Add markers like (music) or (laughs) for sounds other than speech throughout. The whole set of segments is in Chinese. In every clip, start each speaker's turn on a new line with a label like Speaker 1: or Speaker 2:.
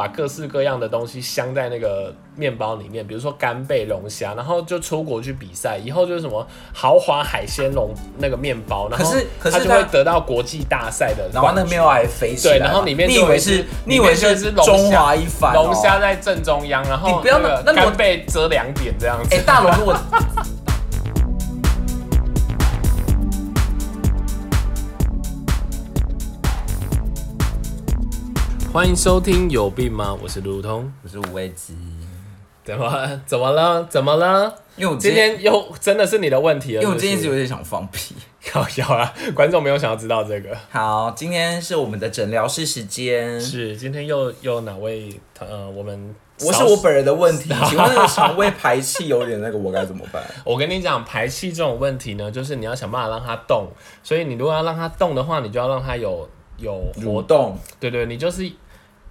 Speaker 1: 把各式各样的东西镶在那个面包里面，比如说干贝、龙虾，然后就出国去比赛，以后就是什么豪华海鲜龙那个面包，然后
Speaker 2: 可是可是
Speaker 1: 它就
Speaker 2: 它
Speaker 1: 会得到国际大赛的冠军，
Speaker 2: 然后那个面包还飞起来嘛，
Speaker 1: 对然后里面
Speaker 2: 你以
Speaker 1: 就有
Speaker 2: 为
Speaker 1: 一只
Speaker 2: 是你以
Speaker 1: 里
Speaker 2: 为
Speaker 1: 面就有一只龙虾
Speaker 2: 中华一番哦
Speaker 1: 龙虾在正中央，然后
Speaker 2: 你不要
Speaker 1: 那
Speaker 2: 那
Speaker 1: 个
Speaker 2: 那如果
Speaker 1: 干贝遮两点这样子。
Speaker 2: 哎、大龙
Speaker 1: (laughs)
Speaker 2: 如果
Speaker 1: 欢迎收听有病吗？我是卢通。
Speaker 2: 我是五味鸡，
Speaker 1: 怎么怎么了？怎么了？
Speaker 2: 因为我
Speaker 1: 今天又真的是你的问题了
Speaker 2: 因为我今天一
Speaker 1: 是
Speaker 2: 直
Speaker 1: 不
Speaker 2: 有
Speaker 1: 是
Speaker 2: 点想放屁。
Speaker 1: 靠腰啊，观 (laughs) 众没有想要知道这个。
Speaker 2: 好，今天是我们的诊疗室时间。
Speaker 1: 是今天又又哪位呃，我们
Speaker 2: 我是我本人的问题，请问那个肠胃排气有点那个，我该怎么
Speaker 1: (laughs)
Speaker 2: 办？
Speaker 1: 我跟你讲，排气这种问题呢，就是你要想办法让它动。所以你如果要让它动的话，你就要让它有有活
Speaker 2: 蠕动，
Speaker 1: 对对，你就是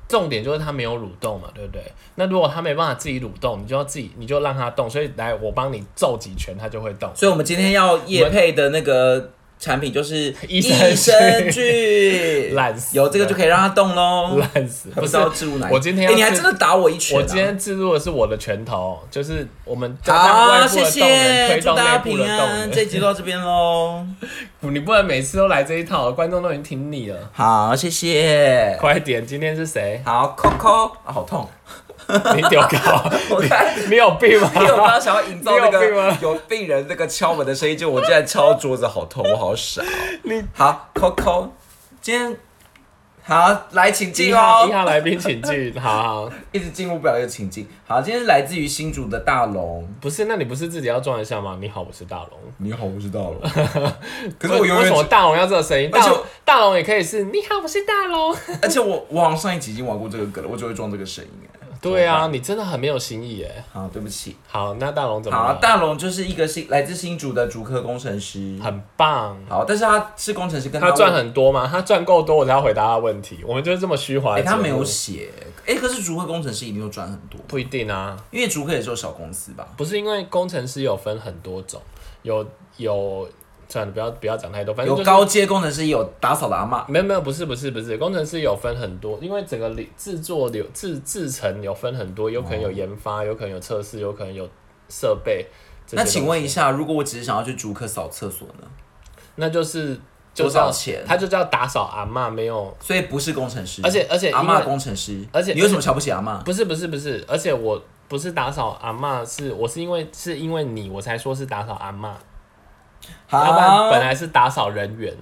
Speaker 1: 重点就是它没有蠕动嘛，对不对？那如果它没办法自己蠕动，你就要自己你就让它动。所以来，我帮你揍几拳，它就会动。
Speaker 2: 所以我们今天要夜配的那个产品就是
Speaker 1: 益
Speaker 2: 益
Speaker 1: 生菌 (laughs)
Speaker 2: 生菌，
Speaker 1: 烂死
Speaker 2: 有这个就可以让它动喽。
Speaker 1: 烂死！(laughs)
Speaker 2: 不
Speaker 1: 不
Speaker 2: 知
Speaker 1: 是
Speaker 2: 道置入哪一？
Speaker 1: 我今天
Speaker 2: 哎
Speaker 1: 要
Speaker 2: 你还
Speaker 1: 置
Speaker 2: 真的打我一拳啊！
Speaker 1: 我今天制作的是我的拳头，就是我们让
Speaker 2: 好，
Speaker 1: 外部的
Speaker 2: 谢
Speaker 1: 动能
Speaker 2: 谢，
Speaker 1: 推
Speaker 2: 祝
Speaker 1: 动
Speaker 2: 大
Speaker 1: 内
Speaker 2: 家
Speaker 1: 部
Speaker 2: 平
Speaker 1: 的动
Speaker 2: 安。
Speaker 1: 能
Speaker 2: 这一集就到这边喽。
Speaker 1: 你不能每次都来这一套，观众都已经听腻了。
Speaker 2: (laughs) 好，谢谢。？
Speaker 1: 快点，今天是谁
Speaker 2: 好，Coco 啊，好 (laughs) 痛！
Speaker 1: (laughs) 你丢稿，
Speaker 2: 我看，
Speaker 1: 你有病吗？
Speaker 2: 因为我刚刚想要营造那
Speaker 1: 你有病
Speaker 2: 个
Speaker 1: 吗
Speaker 2: 有病人那个敲门的声音，就我竟然敲桌子，好痛，我好 (laughs) 傻哦。
Speaker 1: 你
Speaker 2: 好，Coco，今天好来，请
Speaker 1: 一
Speaker 2: 进
Speaker 1: 号一
Speaker 2: 哦。
Speaker 1: 号来宾请进，好好，
Speaker 2: 一直进入不了一个情境。好，今天是来自于新竹的大龙。
Speaker 1: 不是，那你不是自己要装一下吗？你好，我是大龙。
Speaker 2: 你好，我是大 (laughs) 龙。可
Speaker 1: 为为什么大龙要这个声音？
Speaker 2: 而且
Speaker 1: 大龙大龙也可以是你好，我是大
Speaker 2: (laughs)
Speaker 1: 龙。
Speaker 2: 而且我我好像上一集已经玩过这个梗了，我只会装这个声音。哎
Speaker 1: 对啊，你真的很没有新意哎。
Speaker 2: 好，对不起。
Speaker 1: 好，那大龙怎么
Speaker 2: 好，
Speaker 1: 了？
Speaker 2: 大龙就是一个新来自新竹的竹科工程师。
Speaker 1: 很棒。
Speaker 2: 好，但是他是工程师，跟
Speaker 1: 他赚
Speaker 2: 问，
Speaker 1: 很多吗？他赚够多，我才要回答他的问题。我们就是这么虚华
Speaker 2: 哎、
Speaker 1: 的节目。
Speaker 2: 他没有写，哎、可是竹科工程师一定有赚很多，
Speaker 1: 不一定啊，
Speaker 2: 因为竹科也是有小公司吧？
Speaker 1: 不是因为工程师有分很多种，有有，算了，不要不要讲太多，反正、
Speaker 2: 有
Speaker 1: 就是、
Speaker 2: 高阶工程师，也有打扫的阿嬷。
Speaker 1: 没有没有，不是不是不是，工程师有分很多，因为整个流制作流制制成有分很多，有可能有研发，有可能有测试，有可能有设备。这些
Speaker 2: 那
Speaker 1: 东西
Speaker 2: 请问一下，如果我只是想要去竹科扫厕所呢？
Speaker 1: 那就是就
Speaker 2: 多
Speaker 1: 叫
Speaker 2: 少钱
Speaker 1: 他就叫打扫阿嬷，没有，
Speaker 2: 所以不是工程师，
Speaker 1: 而且而且
Speaker 2: 阿
Speaker 1: 因为
Speaker 2: 嬷工程师，
Speaker 1: 而且
Speaker 2: 你为什么瞧不起阿嬷？
Speaker 1: 不是不是不是，而且我不是打扫阿嬷，是我是因为是因为你我才说是打扫阿嬷，
Speaker 2: 啊
Speaker 1: 要不然本
Speaker 2: 好，
Speaker 1: 来是打扫人员，，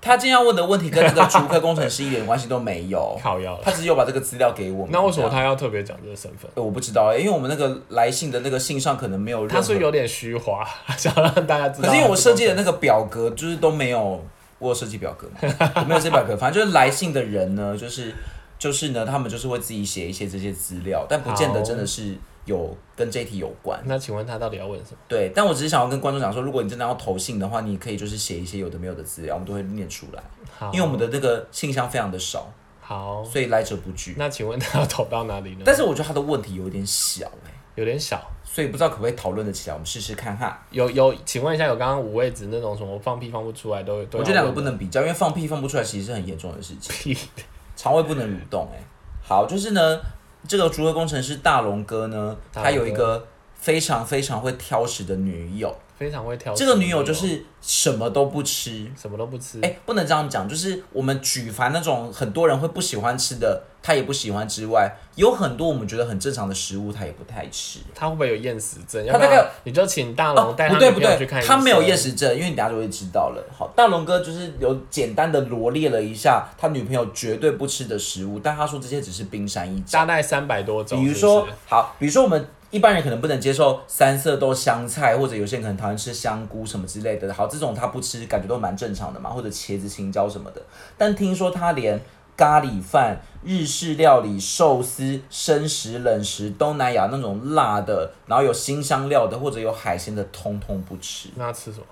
Speaker 2: 他今天要问的问题跟那个竹科工程师一点关系都没有
Speaker 1: (laughs) 靠腰了
Speaker 2: 他。只是有把这个资料给我们。
Speaker 1: 那为什么
Speaker 2: 这
Speaker 1: 他
Speaker 2: 样？
Speaker 1: 要特别讲这个身
Speaker 2: (laughs)
Speaker 1: 份？
Speaker 2: 呃我不知道、哎，因为我们那个来信的那个信上可能没有任何。
Speaker 1: 他是有点虚华，想让大家知道。
Speaker 2: 可是因为我设计的那个表格就是都没有，我有设计表格嘛， (laughs) 我没有设计表格，反正就是来信的人呢，就是就是呢，他们就是会自己写一些这些资料，但不见得
Speaker 1: 好
Speaker 2: 真的是有跟这一题有关。
Speaker 1: 那请问他到底要问什么？
Speaker 2: 对，但我只是想要跟观众讲说，如果你真的要投信的话，你可以就是写一些有的没有的资料，我们都会念出来，
Speaker 1: 好，
Speaker 2: 因为我们的那个信箱非常的少，
Speaker 1: 好，
Speaker 2: 所以来者不拒。
Speaker 1: 那请问他要投到哪里呢？
Speaker 2: 但是我觉得他的问题有点小哎、
Speaker 1: 有点小，
Speaker 2: 所以不知道可不可以讨论得起来，我们试试看哈。
Speaker 1: 有有，请问一下，有刚刚五位子那种什么放屁放不出来都，都
Speaker 2: 啊我
Speaker 1: 要
Speaker 2: 觉得两个
Speaker 1: 问
Speaker 2: 不
Speaker 1: 的
Speaker 2: 能比较，因为放屁放不出来其实是很严重的事情。
Speaker 1: 屁， (laughs)
Speaker 2: 肠胃不能蠕动、欸。好，就是呢，这个竹科工程师大龙哥呢，
Speaker 1: 大龙哥
Speaker 2: 他有一个非常非常会挑食的女友。
Speaker 1: 非常会挑食。
Speaker 2: 这个女友就是什么都不吃。
Speaker 1: 什么都不吃，
Speaker 2: 哎、不能这样讲，就是我们举凡那种很多人会不喜欢吃的，他也不喜欢之外，有很多我们觉得很正常的食物，他也不太吃。
Speaker 1: 他会不会有厌食症？
Speaker 2: 他
Speaker 1: 要不然
Speaker 2: 大概
Speaker 1: 你就请大
Speaker 2: 哦
Speaker 1: 龙，带
Speaker 2: 不
Speaker 1: 他
Speaker 2: 对
Speaker 1: 女
Speaker 2: 不
Speaker 1: 朋友去看
Speaker 2: 对，
Speaker 1: 医生。
Speaker 2: 他没有厌食症，因为你等下就会知道了。好，大龙哥就是有简单的罗列了一下他女朋友绝对不吃的食物，但他说这些只是冰山一角。
Speaker 1: 大概三百多种，
Speaker 2: 比如
Speaker 1: 是不
Speaker 2: 说
Speaker 1: 是，
Speaker 2: 好，比如说我们一般人可能不能接受三色豆、香菜，或者有些人可能讨厌吃香菇什么之类的。好，这种他不吃，感觉都蛮正常的嘛，或者茄子、青椒什么的。但听说他连咖喱饭、日式料理、寿司、生食、冷食、东南亚那种辣的，然后有新香料的，或者有海鲜的，通通不吃。
Speaker 1: 那他吃什么？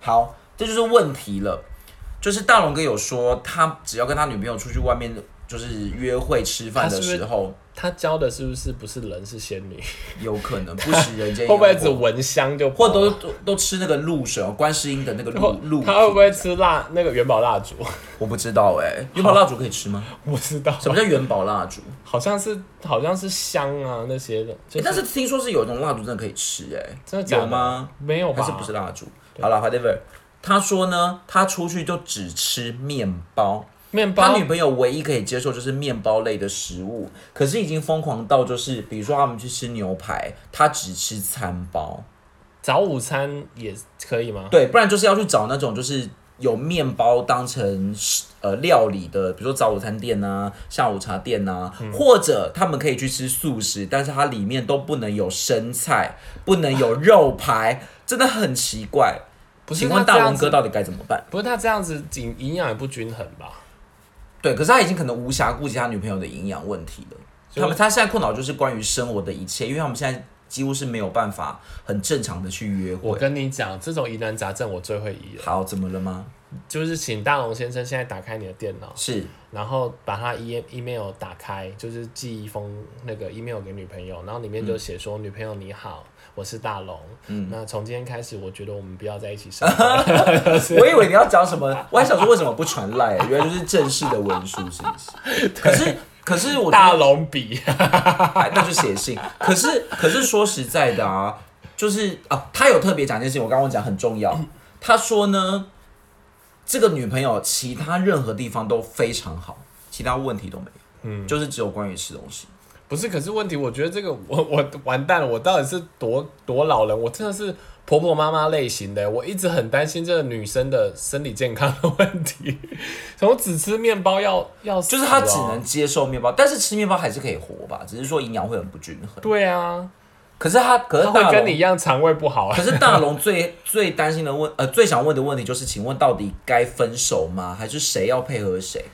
Speaker 2: 好，这就是问题了。就是大龙哥有说，他只要跟他女朋友出去外面就是约会吃饭的时候，
Speaker 1: 他教的是不是不是人是仙女？
Speaker 2: 有可能不食人
Speaker 1: (laughs)
Speaker 2: 间
Speaker 1: 会不会
Speaker 2: 烟
Speaker 1: 只
Speaker 2: 火，
Speaker 1: 闻香就或
Speaker 2: 或都都都吃那个露水哦，观世音的那
Speaker 1: (laughs)
Speaker 2: 个露露
Speaker 1: 他会不会
Speaker 2: 品
Speaker 1: 吃蜡那个元宝蜡烛？
Speaker 2: (laughs)
Speaker 1: (laughs)
Speaker 2: 我不知道哎、元宝蜡烛可以吃吗？
Speaker 1: 我不知道，
Speaker 2: 什么叫元宝蜡烛？
Speaker 1: 好像是好像是香啊那些的，就
Speaker 2: 欸
Speaker 1: 是
Speaker 2: 但是听说是有一种蜡烛真的可以吃、哎，
Speaker 1: 真的假的
Speaker 2: 有吗？
Speaker 1: 没有吧？
Speaker 2: 还是不是蜡烛？好了，whatever。他说呢，他出去就只吃面包，
Speaker 1: 面包
Speaker 2: 他女朋友唯一可以接受就是面包类的食物，可是已经疯狂到就是，比如说他们去吃牛排，他只吃餐包，
Speaker 1: 早午餐也可以吗？
Speaker 2: 对，不然就是要去找那种就是有面包当成食呃料理的，比如说早午餐店呐、下午茶店呐、
Speaker 1: 嗯
Speaker 2: 或者他们可以去吃素食，但是它里面都不能有生菜，不能有肉排，真的很奇怪。
Speaker 1: 不是
Speaker 2: 请问
Speaker 1: 那这
Speaker 2: 大
Speaker 1: 样
Speaker 2: 龙
Speaker 1: 子
Speaker 2: 哥到底该怎么办？
Speaker 1: 不是他这样子营营养也不均衡吧？
Speaker 2: 对，可是他已经可能无暇顾及他女朋友的营养问题了。
Speaker 1: 就
Speaker 2: 他们他现在困扰就是关于生活的一切，因为他们现在几乎是没有办法很正常的去约
Speaker 1: 我
Speaker 2: 会。
Speaker 1: 跟你讲，这种疑难杂症我最会疑了，
Speaker 2: 好，怎么了吗？
Speaker 1: 就是请大龙先生现在打开你的电脑，
Speaker 2: 是
Speaker 1: 然后把他 e email 打开，就是寄一封那个 email 给女朋友，然后里
Speaker 2: 嗯
Speaker 1: 面就写说：“女朋友你好，我是大龙。那从今天开始，我觉得我们不要在一起生活。
Speaker 2: (laughs) 我以为你要讲什么，我还想说为什么不传赖、原来就是正式的文书，是不是？可是可是我
Speaker 1: (laughs)
Speaker 2: 觉
Speaker 1: 大
Speaker 2: 得
Speaker 1: 龙笔，
Speaker 2: 哎那就写信。可是可是说实在的啊，就是啊，他有特别讲一件事情，我刚刚讲很重要。他说呢，这个女朋友其他任何地方都非常好，其他问题都没有，嗯，就是只有关于吃东西。
Speaker 1: 不是，可是问题，我觉得这个 (laughs) 我我完蛋了，我到底是多多老人？我真的是婆婆妈妈类型的，我一直很担心这个女生的身体健康的问题。 (laughs) 怎么只吃面包要要死哦、
Speaker 2: 就是他只能接受面包，但是吃面包还是可以活吧，只是说营养会很不均衡。
Speaker 1: 对啊，
Speaker 2: 可是他，可是
Speaker 1: 她会
Speaker 2: 大
Speaker 1: 跟
Speaker 2: 龙
Speaker 1: 你一样肠胃不好啊
Speaker 2: 可。是大龙最 (laughs) 最担心的问，呃，最想问的问题就是，请问到底该分手吗？还是谁要配合谁？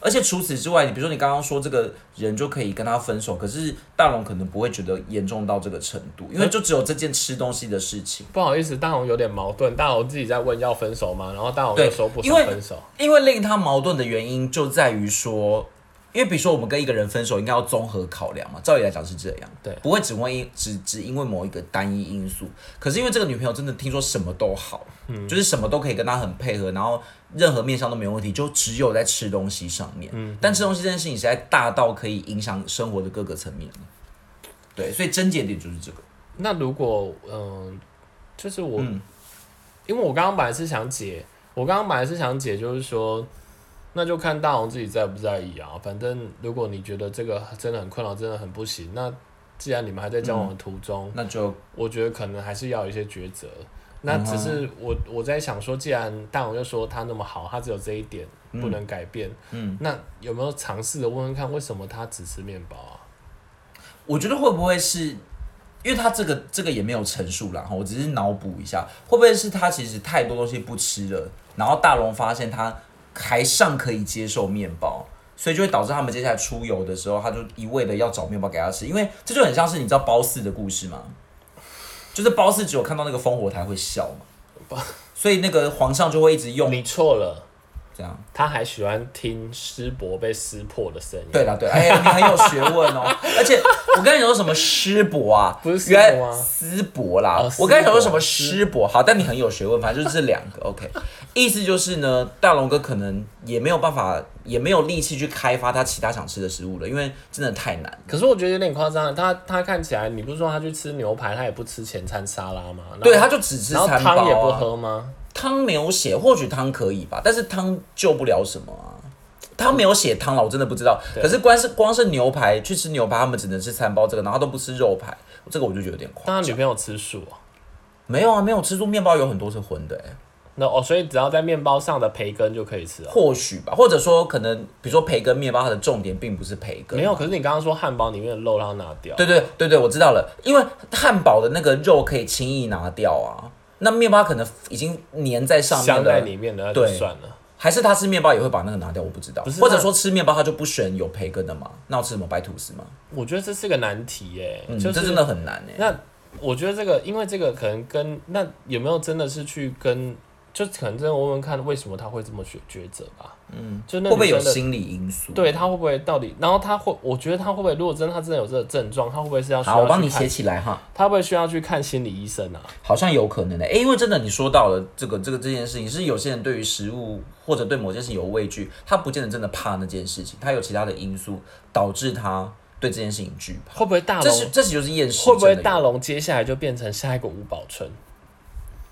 Speaker 2: 而且除此之外，你比如说你刚刚说这个人就可以跟他分手，可是大龙可能不会觉得严重到这个程度，因为就只有这件吃东西的事情。
Speaker 1: 不好意思，大红有点矛盾。大红自己在问要分手吗？然后大红
Speaker 2: 对
Speaker 1: 又说不
Speaker 2: 因
Speaker 1: 想
Speaker 2: 为
Speaker 1: 分手。
Speaker 2: 因为令他矛盾的原因就在于说，因为比如说我们跟一个人分手，应该要综合考量嘛，照理来讲是这样，
Speaker 1: 对
Speaker 2: 不会只会因只只因为某一个单一因素。可是因为这个女朋友真的听说什么都好，嗯，就是什么都可以跟他很配合，然后任何面向都没有问题，就只有在吃东西上面，嗯，但吃东西这件事情实在大到可以影响生活的各个层面了对，所以症结点就是这个，
Speaker 1: 那如果嗯、就是我，
Speaker 2: 嗯
Speaker 1: 因为我刚刚本来是想解，我刚刚本来是想解，就是说，那就看大红自己在不在意啊。反正如果你觉得这个真的很困扰，真的很不行，那既然你们还在交往的途中，
Speaker 2: 那就
Speaker 1: 我觉得可能还是要有一些抉择。
Speaker 2: 嗯
Speaker 1: 那只是我我在想说，既然大红就说他那么好，他只有这一点不能改变，
Speaker 2: 嗯，
Speaker 1: 那有没有尝试着问问看，为什么他只吃面包啊？
Speaker 2: 我觉得会不会是，因为他这个这个也没有陈述啦，哈，我只是脑补一下，会不会是他其实太多东西不吃了，然后大龙发现他还尚可以接受面包，所以就会导致他们接下来出游的时候，他就一味的要找面包给他吃，因为这就很像是你知道包四的故事吗？就是包四只有看到那个烽火台会笑嘛，所以那个皇上就会一直用
Speaker 1: 你错了。
Speaker 2: 这样。
Speaker 1: 他还喜欢听师伯被撕破的声音。
Speaker 2: 对啦，对啦，哎、你很有学问
Speaker 1: (laughs)
Speaker 2: 哦。而且我刚才讲说什么师伯啊，
Speaker 1: 不是师
Speaker 2: 原来
Speaker 1: 伯吗
Speaker 2: 师伯啦。
Speaker 1: 哦
Speaker 2: 我刚才想说什么
Speaker 1: 师
Speaker 2: 师伯，好，但你很有学问，反正就是这两个。OK，意思就是呢，大龙哥可能也没有办法，也没有力气去开发他其他想吃的食物了，因为真的太难。
Speaker 1: 可是我觉得有点夸张了，他他看起来，你不是说他去吃牛排，他也不吃前餐沙拉吗？然后
Speaker 2: 对，他就只吃
Speaker 1: 然后
Speaker 2: 餐包、啊，
Speaker 1: 汤也不，喝吗？
Speaker 2: 汤没有写，或许汤可以吧，但是汤救不了什么啊。汤没有写汤了，我真的不知道。可是光是光是牛排去吃牛排，他们只能吃餐包这个，然后他都不吃肉排，这个我就觉得有点夸张
Speaker 1: 但他女朋友吃素哦、
Speaker 2: 没有啊，没有吃素面包有很多是荤的、欸，
Speaker 1: 那哦，所以只要在面包上的培根就可以吃哦、
Speaker 2: 或许吧，或者说可能比如说培根面包，它的重点并不是培根，
Speaker 1: 没有，可是你刚刚说汉堡里面的肉让它拿掉，
Speaker 2: 对对对对，我知道了，因为汉堡的那个肉可以轻易拿掉啊，那面包可能已经粘在上面
Speaker 1: 香在
Speaker 2: 了，
Speaker 1: 里面的那就
Speaker 2: 对
Speaker 1: 算了。
Speaker 2: 还是他吃面包也会把那个拿掉，我不知道，
Speaker 1: 是
Speaker 2: 或者
Speaker 1: 那
Speaker 2: 说吃面包他就不选有培根的嘛，那我吃什么白吐司吗？
Speaker 1: 我觉得这是个难题耶、
Speaker 2: 嗯，
Speaker 1: 就是
Speaker 2: 这真的很难哎、
Speaker 1: 那我觉得这个，因为这个可能跟那有没有真的是去跟，就可能真的问问看为什么他会这么抉抉择吧。嗯，就那
Speaker 2: 会不会
Speaker 1: 女
Speaker 2: 有
Speaker 1: 生的
Speaker 2: 心理因素？
Speaker 1: 对他会不会到底，然后他会，我觉得他会不会，如果真的他真的有这个症状，他会不会是要需
Speaker 2: 好，
Speaker 1: 要
Speaker 2: 我帮
Speaker 1: 去
Speaker 2: 你
Speaker 1: 看
Speaker 2: 写起来哈。
Speaker 1: 他会不会需要去看心理医生啊？
Speaker 2: 好像有可能的、欸，因为真的你说到了这个这个这件事情，是有些人对于食物或者对某件事情有畏惧，他不见得真的怕那件事情，他有其他的因素导致他对这件事情惧怕。
Speaker 1: 会不会大
Speaker 2: 这
Speaker 1: 龙
Speaker 2: 是这是就是厌世
Speaker 1: 会
Speaker 2: 症
Speaker 1: 不
Speaker 2: 的原
Speaker 1: 哦
Speaker 2: 因。
Speaker 1: 会大龙接下来就变成下一个吴宝春？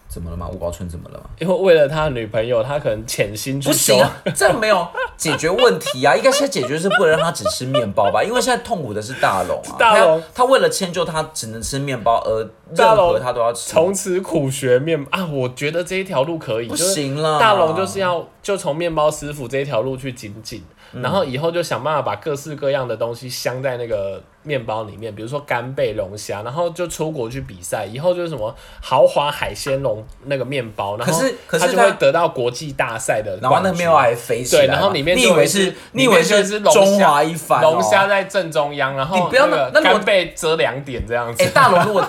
Speaker 2: 怎么了嘛？吴宝春怎么了嘛？
Speaker 1: 因为为了他的女朋友，他可能潜心去
Speaker 2: 不
Speaker 1: 修
Speaker 2: 行、。啊，这没有解决问题啊！应该现在解决是不能让他只吃面包吧？因为现在痛苦的是大龙
Speaker 1: (laughs)
Speaker 2: 啊，
Speaker 1: 大龙
Speaker 2: 他他为了迁就他只能吃面包，而
Speaker 1: 大
Speaker 2: 任
Speaker 1: 龙
Speaker 2: 何他都要吃。
Speaker 1: 从此苦学面啊！我觉得这一条路可以，
Speaker 2: 不
Speaker 1: 就是
Speaker 2: 行啦
Speaker 1: 大龙就是要就从面包师傅这一条路去精进，
Speaker 2: 嗯
Speaker 1: 然后以后就想办法把各式各样的东西镶在那个面包里面，比如说干贝龙虾，然后就出国去比赛，以后就是什么豪华海鲜龙那个面包，然后
Speaker 2: 可是可是
Speaker 1: 他就
Speaker 2: 他
Speaker 1: 会得到国际大赛的
Speaker 2: 然后
Speaker 1: 冠
Speaker 2: 那个
Speaker 1: 军
Speaker 2: 面包还飞起来嘛，
Speaker 1: 对，然后里面
Speaker 2: 你
Speaker 1: 就
Speaker 2: 以为
Speaker 1: 会
Speaker 2: 是你
Speaker 1: 里
Speaker 2: 以为
Speaker 1: 面就是龙虾
Speaker 2: 中华一番哦
Speaker 1: 龙虾在正中央，然后
Speaker 2: 你不要
Speaker 1: 那
Speaker 2: 那
Speaker 1: 个
Speaker 2: 那如果
Speaker 1: 干贝遮两点这样子
Speaker 2: 哎、。大龙如果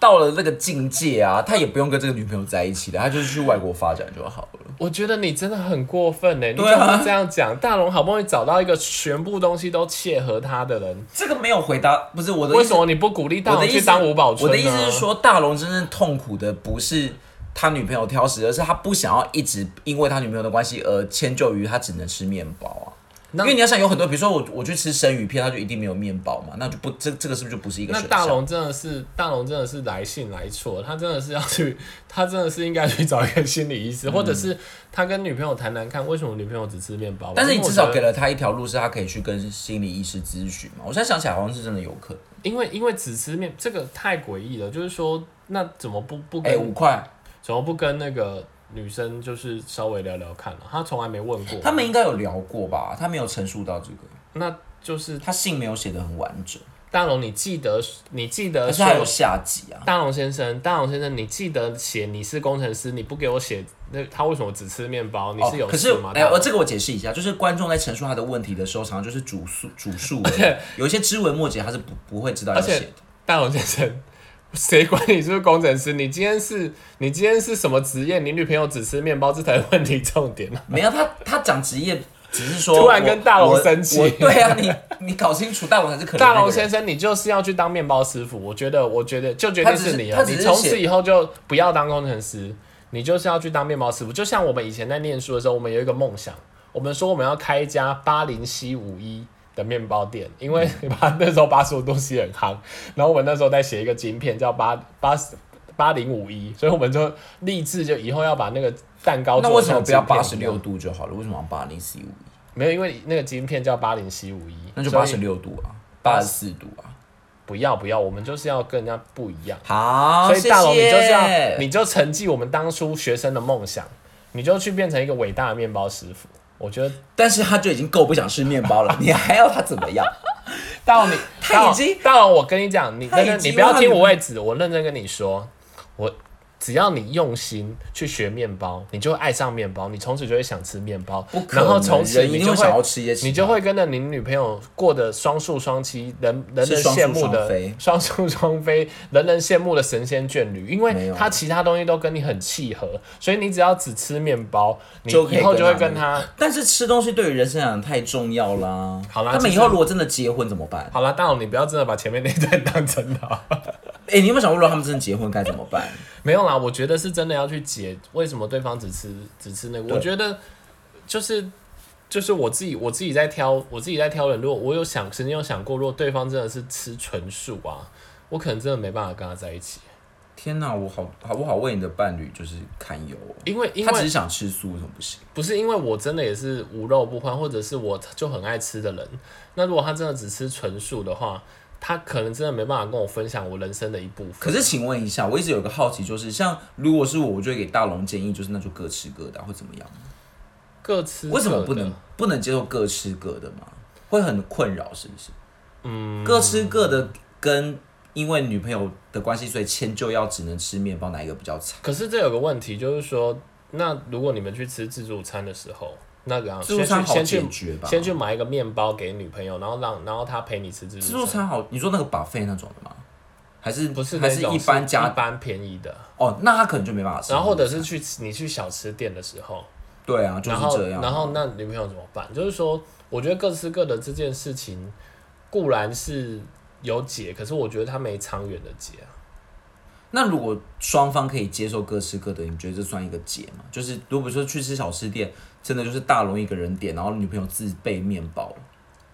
Speaker 2: 到了那个境界啊，他也不用跟这个女朋友在一起的，他就是去外国发展就好了。
Speaker 1: 我觉得你真的很过分欸呢、你怎
Speaker 2: 对啊
Speaker 1: 么这样讲？大龙好不容易找到一个全部东西都切合他的人，
Speaker 2: 这个没有回答，不是我的
Speaker 1: 为
Speaker 2: 意
Speaker 1: 什
Speaker 2: 思。
Speaker 1: 么你不鼓励大
Speaker 2: 我的
Speaker 1: 龙
Speaker 2: 意
Speaker 1: 去
Speaker 2: 思，
Speaker 1: 当五宝春啊
Speaker 2: 我
Speaker 1: 呢？
Speaker 2: 的意思是，说，大龙真正痛苦的不是他女朋友挑食，而是他不想要一直因为他女朋友的关系而迁就于他只能吃面包啊。
Speaker 1: 那
Speaker 2: 因为你要想有很多，比如说我我去吃生鱼片，他就一定没有面包嘛，那就不这这个是不是就不是一个
Speaker 1: 那
Speaker 2: 选
Speaker 1: 大
Speaker 2: 项？
Speaker 1: 龙真的是大龙真的是来信来错，他真的是要去， (laughs) 他真的是应该去找一个心理医师，或者是他跟女朋友谈谈看，为什么女朋友只吃面包吧？啊
Speaker 2: 但是你
Speaker 1: 因为我
Speaker 2: 至少
Speaker 1: 觉得
Speaker 2: 给了他一条路，是他可以去跟心理医师咨询嘛。我现在想起来，好像是真的有可能。
Speaker 1: 因为因为只吃面这个太诡异了，就是说那怎么不不
Speaker 2: 哎、
Speaker 1: 跟、
Speaker 2: 五块，
Speaker 1: 怎么不跟那个女生就是稍微聊聊看啊？他从来没问过，
Speaker 2: 他们应该有聊过吧？他没有陈述到这个，
Speaker 1: 那就是
Speaker 2: 他信没有写的很完整，
Speaker 1: 大龙，你记得你记得
Speaker 2: 而且还有
Speaker 1: 说
Speaker 2: 下集啊。
Speaker 1: 大龙先生，大龙先生，你记得写你是工程师，你不给我写那他为什么只吃面包？你是有
Speaker 2: 可
Speaker 1: 事
Speaker 2: 是
Speaker 1: 吗？
Speaker 2: 哎，
Speaker 1: 大
Speaker 2: 我
Speaker 1: 龙
Speaker 2: 这个我解释一下，就是观众在陈述他的问题的时候，常常就是主述主
Speaker 1: (laughs)
Speaker 2: 述而已，有一些枝文末节他是不不会知道要写的。
Speaker 1: 大龙先生， (laughs) 谁管你是不是工程师？你今天是你今天是什么职业？你女朋友只吃面包，这才是问题重点啊！
Speaker 2: 没有他，他讲职业只是说
Speaker 1: 突然
Speaker 2: 我
Speaker 1: 跟大龙
Speaker 2: 我
Speaker 1: 生气
Speaker 2: 我对啊，你你搞清楚大龙才是可怜那个人。
Speaker 1: 大龙先生，你就是要去当面包师傅，我觉得，我觉得就决定
Speaker 2: 他只是
Speaker 1: 你了。
Speaker 2: 他只
Speaker 1: 你
Speaker 2: 是
Speaker 1: 从
Speaker 2: 写
Speaker 1: 此以后就不要当工程师，你就是要去当面包师傅。就像我们以前在念书的时候，我们有一个梦想，我们说我们要开一家八零七五一的面包店，因为
Speaker 2: 嗯
Speaker 1: (laughs) 八那时候八十五度 C 很夯，然后我们那时候在写一个晶片叫八八十八零五一，所以我们就立志就以后要把那个蛋糕
Speaker 2: 那
Speaker 1: 做
Speaker 2: 为什
Speaker 1: 成
Speaker 2: 么不要
Speaker 1: 晶片
Speaker 2: 八
Speaker 1: 一
Speaker 2: 十
Speaker 1: 样
Speaker 2: 六？度就好了？为什么要八零四五一？
Speaker 1: 没有，因为那个晶片叫八零七五一，
Speaker 2: 啊那就
Speaker 1: 所以
Speaker 2: 八十六度啊，八十四度啊。
Speaker 1: 不要不要，我们就是要跟人家不一样。
Speaker 2: 好，
Speaker 1: 所以大龙，
Speaker 2: 哦
Speaker 1: 你
Speaker 2: 谢谢
Speaker 1: 就是要，你就承继我们当初学生的梦想，你就去变成一个伟大的面包师傅。我觉得
Speaker 2: 但是他就已经够不想吃面包 (laughs) 了，你还要他怎么样？
Speaker 1: 大龙，你
Speaker 2: 他
Speaker 1: 大龙
Speaker 2: 已经
Speaker 1: 大龙，我跟你讲，你
Speaker 2: 他
Speaker 1: 认
Speaker 2: 已
Speaker 1: 真，你
Speaker 2: 经
Speaker 1: 不要
Speaker 2: 让
Speaker 1: 听
Speaker 2: 你
Speaker 1: 五位子，我认真跟你说，我只要你用心去学面包，你就会爱上面包，你从此就会想吃面包
Speaker 2: 不，可
Speaker 1: 然后
Speaker 2: 能
Speaker 1: 从此
Speaker 2: 人一
Speaker 1: 你
Speaker 2: 定
Speaker 1: 就
Speaker 2: 会想要吃一些其
Speaker 1: 你就会跟着你女朋友过的双宿双栖，人人人
Speaker 2: 是双宿
Speaker 1: 羡慕
Speaker 2: 双
Speaker 1: 的
Speaker 2: 飞
Speaker 1: 双宿双飞，人人羡慕的神仙眷侣，因
Speaker 2: 没
Speaker 1: 为
Speaker 2: 有啊
Speaker 1: 他其他东西都跟你很契合，所以你只要只吃面包，你
Speaker 2: 就可以
Speaker 1: 以后就会
Speaker 2: 跟
Speaker 1: 跟
Speaker 2: 他
Speaker 1: 他。
Speaker 2: 但是吃东西对于人生来讲太重要啦。
Speaker 1: 好啦
Speaker 2: 他
Speaker 1: 其
Speaker 2: 们以
Speaker 1: 实
Speaker 2: 后如果真的结婚怎么办？
Speaker 1: 好了，大龙，你不要真的把前面那一段 (laughs) 当真的啊。
Speaker 2: 哎、你有没有想过，如果他们真的结婚该怎么 (laughs) 办？
Speaker 1: 没有啦，我觉得是真的要去解为什么对方只吃只吃那个。我觉得就是就是我自己我自己在挑我自己在挑人，如果我有想曾经有想过，如果对方真的是吃纯素啊，我可能真的没办法跟他在一起，
Speaker 2: 天哪，我好好我好为你的伴侣就是堪忧哦、
Speaker 1: 因为因
Speaker 2: 他只是
Speaker 1: 为
Speaker 2: 想吃素，为什么不行？
Speaker 1: 不是因为我真的也是无肉不欢，或者是我就很爱吃的人。那如果他真的只吃纯素的话，他可能真的没办法跟我分享我人生的一部分。
Speaker 2: 可是，请问一下，我一直有个好奇，就是像如果是我，我就会给大龙建议，就是那就各吃各的啊、会怎么样？
Speaker 1: 各吃
Speaker 2: 为什么
Speaker 1: 各
Speaker 2: 不
Speaker 1: 的
Speaker 2: 能不能接受各吃各的嘛？会很困扰，是不是？嗯，各吃各的跟因为女朋友的关系，所以迁就要只能吃面包，哪一个比较惨？
Speaker 1: 可是这有个问题，就是说，那如果你们去吃自助餐的时候，那个啊
Speaker 2: 自助餐好
Speaker 1: 先去
Speaker 2: 解
Speaker 1: 先去
Speaker 2: 决吧？
Speaker 1: 先去买一个面包给女朋友，然后让然后她陪你吃自
Speaker 2: 自
Speaker 1: 助
Speaker 2: 助
Speaker 1: 餐。
Speaker 2: 餐好，你说那个 buffet 那种的吗？还是
Speaker 1: 不是
Speaker 2: 还
Speaker 1: 那
Speaker 2: 是
Speaker 1: 种
Speaker 2: 一般
Speaker 1: 一
Speaker 2: 家
Speaker 1: 般便宜的，
Speaker 2: 哦，那他可能就没办法吃。
Speaker 1: 然后或者是去你去小吃店的时候，
Speaker 2: 对啊，就
Speaker 1: 然
Speaker 2: 是
Speaker 1: 后
Speaker 2: 这样。
Speaker 1: 然后那女朋友怎么办？就是说，我觉得各吃各的这件事情固然是有解，可是我觉得它没长远的解啊。
Speaker 2: 那如果双方可以接受各吃各的，你觉得这算一个解吗？就是如果说去吃小吃店，真的就是大龙一个人点，然后女朋友自备面包了，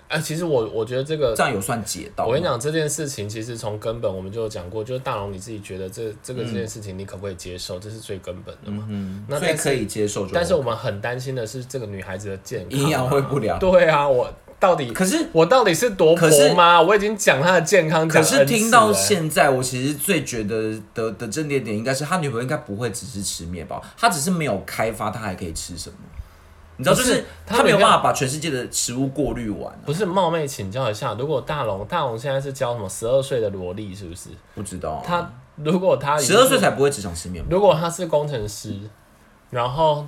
Speaker 1: 哎、其实我我觉得这个
Speaker 2: 这样有算解到吗？
Speaker 1: 我跟你讲这件事情，其实从根本我们就有讲过，就是大龙你自己觉得这这个这件事情你可不可以接受，这是最根本的嘛。
Speaker 2: 嗯，
Speaker 1: 那
Speaker 2: 所以
Speaker 1: 但是
Speaker 2: 可以接受就，
Speaker 1: 但是我们很担心的是这个女孩子的健康啊，
Speaker 2: (laughs) 营养会不良。
Speaker 1: 对啊，我到底
Speaker 2: 可是
Speaker 1: 我到底是多
Speaker 2: 可是
Speaker 1: 婆妈？我已经讲她的健康，
Speaker 2: 可
Speaker 1: 讲
Speaker 2: 是
Speaker 1: N
Speaker 2: 听
Speaker 1: 次
Speaker 2: 到
Speaker 1: 了
Speaker 2: 现在，我其实最觉得的的正点点应该是他女朋友应该不会只是吃面包，他只是没有开发他还可以吃什么，你知道，
Speaker 1: 不
Speaker 2: 就是是
Speaker 1: 他
Speaker 2: 他没有
Speaker 1: 每天
Speaker 2: 办法把全世界的食物过滤完啊、
Speaker 1: 不是冒昧请教一下，如果大龙大龙现在是教什么十二岁的萝莉是不是？
Speaker 2: 不知道啊
Speaker 1: 他如果他已经
Speaker 2: 十二岁才不会只想吃面包，
Speaker 1: 如果他是工程师，然后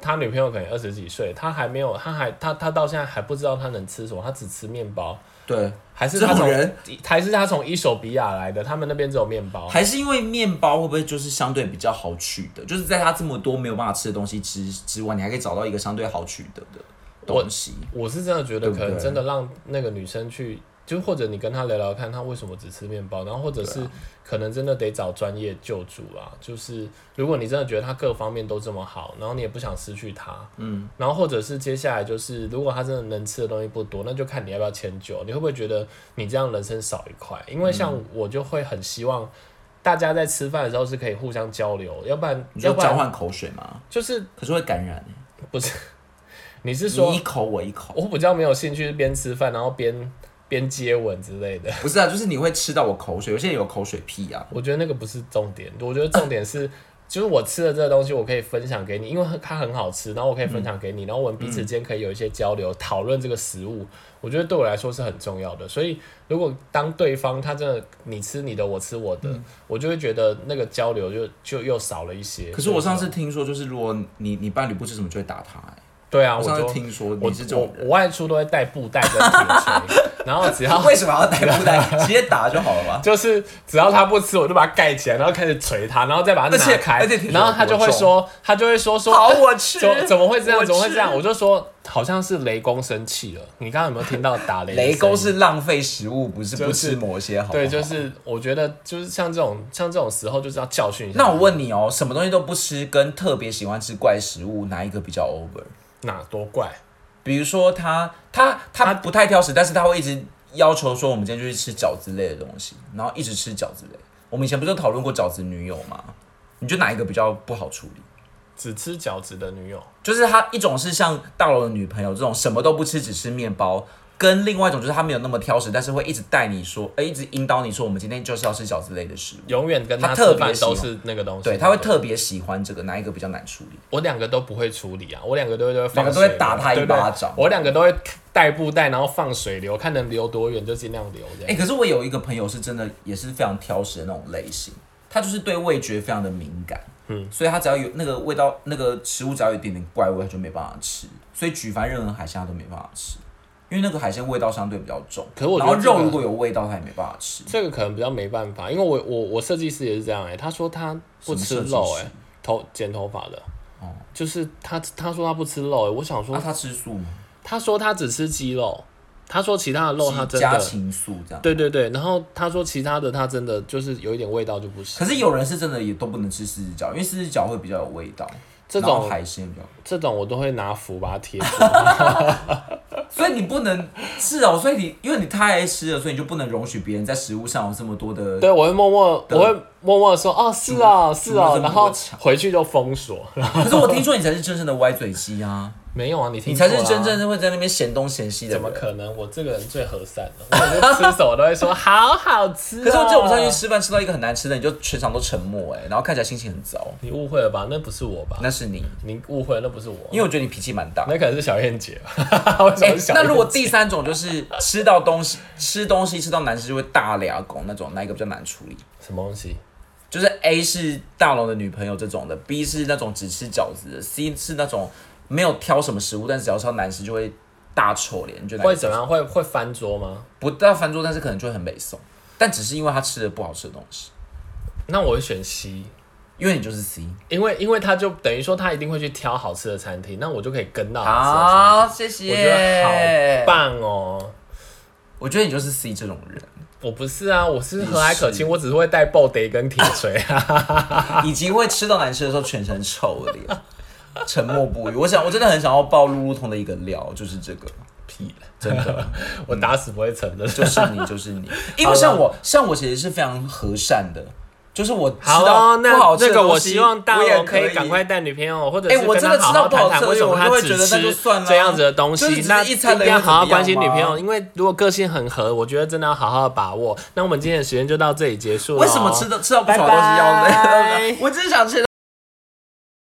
Speaker 1: 他女朋友可能二十几岁，他还没有，他还他他到现在还不知道他能吃什么，他只吃面包，
Speaker 2: 对，
Speaker 1: 还是
Speaker 2: 这
Speaker 1: 他
Speaker 2: 种
Speaker 1: 从
Speaker 2: 人
Speaker 1: 还是他从伊索比亚来的，他们那边只有面包。
Speaker 2: 还是因为面包会不会就是相对比较好取的？就是在它这么多没有办法吃的东西之之外，你还可以找到一个相对好取得的东西。
Speaker 1: 我是真的觉得，
Speaker 2: 对不
Speaker 1: 可
Speaker 2: 对
Speaker 1: 能真的让那个女生去，就或者你跟她聊聊看，她为什么只吃面包，然后或者
Speaker 2: 啊
Speaker 1: 是可能真的得找专业救助啊。就是如果你真的觉得她各方面都这么好，然后你也不想失去她，嗯，然后或者是接下来就是，如果她真的能吃的东西不多，那就看你要不要迁就，你会不会觉得你这样人生少一块？因为像
Speaker 2: 嗯
Speaker 1: 我就会很希望。大家在吃饭的时候是可以互相交流，要不然
Speaker 2: 你
Speaker 1: 要
Speaker 2: 就
Speaker 1: 不
Speaker 2: 交
Speaker 1: 然
Speaker 2: 换口水嘛，
Speaker 1: 就是
Speaker 2: 可是会感染、欸。
Speaker 1: 不是，你是说
Speaker 2: 你一口我一口，
Speaker 1: 我比较没有兴趣边吃饭然后边边接吻之类的。 (laughs)
Speaker 2: 不是啊，就是你会吃到我口水，有些人有口水癖啊。
Speaker 1: 我觉得那个不是重点，我觉得重点是，就是我吃了这个东西，我可以分享给你，因为它很好吃，然后我可以分享给
Speaker 2: 嗯
Speaker 1: 你，然后我们彼此间可以有一些交流，讨论这个食物，我觉得对我来说是很重要的。所以，如果当对方他真的你吃你的，我吃我的，
Speaker 2: 嗯
Speaker 1: 我就会觉得那个交流就就又少了一些。
Speaker 2: 可是我上
Speaker 1: 所以
Speaker 2: 次听说，就是如果你你伴侣不吃什么，就会打他、欸。
Speaker 1: 对啊，我
Speaker 2: 我上
Speaker 1: 就
Speaker 2: 次听说
Speaker 1: 我
Speaker 2: 你是这
Speaker 1: 我
Speaker 2: 种
Speaker 1: 我
Speaker 2: 人，
Speaker 1: 外出都会带布袋跟铁锤， (laughs) 然后只要
Speaker 2: (laughs) 为什么要带不 (laughs) 带？直接打就好了嘛。
Speaker 1: 就是只要他不吃，我就把它盖起来，然后开始捶他，然后再把它
Speaker 2: 而且
Speaker 1: 拿开
Speaker 2: 而且听，说
Speaker 1: 然后他就会说，他就会说说，
Speaker 2: 好
Speaker 1: 呃
Speaker 2: 我 (laughs) 吃
Speaker 1: 怎怎么会这
Speaker 2: 我
Speaker 1: 样？
Speaker 2: 吃
Speaker 1: 怎么会这样？我就说好像是雷公生气了。你刚刚有没有听到打雷？
Speaker 2: 雷公。是浪费食物，不是
Speaker 1: 就是
Speaker 2: 不吃某些好不好
Speaker 1: 对，就是我觉得就是像这种像这种时候就是要教训一下。
Speaker 2: 那我问你哦，什么东西都不吃，跟特别喜欢吃怪食物，哪一个比较 over？
Speaker 1: 哪多怪？
Speaker 2: 比如说他他他不太挑食，但是他会一直要求说我们今天就去吃饺子类的东西，然后一直吃饺子类。我们以前不是有讨论过饺子女友吗？你觉得哪一个比较不好处理？
Speaker 1: 只吃饺子的女友，
Speaker 2: 就是他一种是像大楼的女朋友这种什么都不吃，只吃面包。跟另外一种就是他没有那么挑食，但是会一直带你说，哎、一直引导你说，我们今天就是要吃饺子类的食物。
Speaker 1: 永远跟
Speaker 2: 他
Speaker 1: 她
Speaker 2: 特
Speaker 1: 吃
Speaker 2: 别
Speaker 1: 饭
Speaker 2: 喜
Speaker 1: 都
Speaker 2: 欢
Speaker 1: 是那个东西。
Speaker 2: 对，他会特别喜欢这个，哪一个比较难处理？
Speaker 1: 我两个都不会处理啊，我两个都会都会放
Speaker 2: 两个
Speaker 1: 水
Speaker 2: 都
Speaker 1: 流，
Speaker 2: 会打他一
Speaker 1: 对不对
Speaker 2: 巴掌
Speaker 1: 我两个都会带布袋，然后放水流，看能流多远就尽量流这
Speaker 2: 哎、
Speaker 1: 样。
Speaker 2: 可是我有一个朋友是真的也是非常挑食的那种类型，他就是对味觉非常的敏感，嗯，所以他只要有那个味道，那个食物只要有一点点怪味，他就没办法吃，所以举凡任何海鲜他都没办法吃，因为那个海鲜味道相对比较重，
Speaker 1: 可是我觉
Speaker 2: 然
Speaker 1: 得这
Speaker 2: 后肉
Speaker 1: 个
Speaker 2: 如果有味道，他也没办法吃。
Speaker 1: 这个可能比较没办法，因为我我我设计师也是这样哎、他说他不吃
Speaker 2: 什么
Speaker 1: 肉
Speaker 2: 设
Speaker 1: 哎、
Speaker 2: 计师
Speaker 1: 头剪头发的，
Speaker 2: 哦
Speaker 1: 就是他他说他不吃肉哎、我想
Speaker 2: 那、
Speaker 1: 说
Speaker 2: 啊他吃素吗？
Speaker 1: 他说他只吃鸡肉，他说其他的肉哦他
Speaker 2: 是
Speaker 1: 真
Speaker 2: 家
Speaker 1: 的
Speaker 2: 禽素这样。
Speaker 1: 对对对，然后他说其他的他真的就是有一点味道就不行，
Speaker 2: 可是有人是真的也都不能吃四只脚，因为四只脚会比较有味道，
Speaker 1: 这
Speaker 2: 然后
Speaker 1: 种
Speaker 2: 海鲜比较。
Speaker 1: 这种我都会拿符把它贴 (laughs) 住，
Speaker 2: 所以你不能是哦，所以你因为你太爱吃了，所以你就不能容许别人在食物上有这么多的
Speaker 1: 对我会默默
Speaker 2: 对
Speaker 1: 我 (laughs) 会默默地说哦是哦是
Speaker 2: 猪肉
Speaker 1: 哦
Speaker 2: 这，么
Speaker 1: 然后
Speaker 2: 多强
Speaker 1: 回去就封锁， (laughs)
Speaker 2: 可是我听说你才是真正的歪嘴鸡啊，
Speaker 1: 没有啊你听
Speaker 2: 你才
Speaker 1: 错
Speaker 2: 是
Speaker 1: 啦
Speaker 2: 真正会在那边嫌东嫌西的
Speaker 1: 怎么
Speaker 2: 人。
Speaker 1: 可能？我这个人最和善了， (laughs) 我每次吃什么都会说好好吃、哦
Speaker 2: 可是我记得我们上去，吃饭吃到一个很难吃的，你就全场都沉默哎、然后看起来心情很糟。
Speaker 1: 你误会了吧？那不是我吧？
Speaker 2: 那是你，
Speaker 1: 你误会了，那不是我，
Speaker 2: 因为我觉得你脾气蛮大。
Speaker 1: 那可能是小燕姐吧。 (laughs) 为什么是
Speaker 2: 欸
Speaker 1: 小燕姐、
Speaker 2: 那如果第三种就是吃到东西，吃东西吃到难吃就会大俩拱那种，哪一个比较难处理？
Speaker 1: 什么东西？
Speaker 2: 就是 A 是大龙的女朋友这种的，B 是那种只吃饺子的，C 是那种没有挑什么食物，但只要吃到难吃就会大臭脸，你觉得哪
Speaker 1: 会
Speaker 2: 一个
Speaker 1: 怎么样？会会翻桌吗？
Speaker 2: 不到翻桌，但是可能就会很美送。但只是因为他吃了不好吃的东西，
Speaker 1: 那我会选 C，
Speaker 2: 因为你就是 C
Speaker 1: 因为因为他就等于说他一定会去挑好吃的餐厅，那我就可以跟到好吃的餐
Speaker 2: 好，谢谢。
Speaker 1: 厅，我觉得好，棒哦。
Speaker 2: 我觉得你就是 C 这种
Speaker 1: (laughs)
Speaker 2: 人，
Speaker 1: 我不是啊，我是和蔼可亲，
Speaker 2: 你是
Speaker 1: 我只是会带爆得跟铁锤啊。 (laughs)
Speaker 2: 以及会吃到难吃的时候全程臭的脸，沉默不语。我想，我真的很想要爆路路通的一个料，就是这个，
Speaker 1: 屁了，
Speaker 2: 真的。
Speaker 1: 我打死不会承认。
Speaker 2: 就是你，就是
Speaker 1: (laughs)
Speaker 2: 你。因为像我，像我其实是非常和善的，就是我吃到
Speaker 1: 哦
Speaker 2: 不
Speaker 1: 那
Speaker 2: 好吃
Speaker 1: 这
Speaker 2: 的
Speaker 1: 个
Speaker 2: 东
Speaker 1: 我
Speaker 2: 西，
Speaker 1: 希望大
Speaker 2: 我也
Speaker 1: 龙可
Speaker 2: 以
Speaker 1: 以赶快。带女朋友，或者
Speaker 2: 哎
Speaker 1: 是
Speaker 2: 我
Speaker 1: 跟
Speaker 2: 真
Speaker 1: 他
Speaker 2: 的
Speaker 1: 好
Speaker 2: 吃到
Speaker 1: 好
Speaker 2: 不好
Speaker 1: 谈
Speaker 2: 吃
Speaker 1: 谈
Speaker 2: 的
Speaker 1: 为什么
Speaker 2: 我就
Speaker 1: 他
Speaker 2: 会
Speaker 1: 只
Speaker 2: 觉得那就
Speaker 1: 吃
Speaker 2: 算了啊
Speaker 1: 这样子的东
Speaker 2: 就
Speaker 1: 西
Speaker 2: 是。只
Speaker 1: 那
Speaker 2: 是一餐而已
Speaker 1: 定要
Speaker 2: 又怎
Speaker 1: 好好
Speaker 2: 么样
Speaker 1: 关心女朋
Speaker 2: 嘛
Speaker 1: 友，因为如果个性很合，我觉得真的要好好把握。那我们今天的时间就到这里结束了。哦
Speaker 2: 为什么吃的吃到不好的东西
Speaker 1: 拜拜
Speaker 2: (laughs) 要累？我真的想吃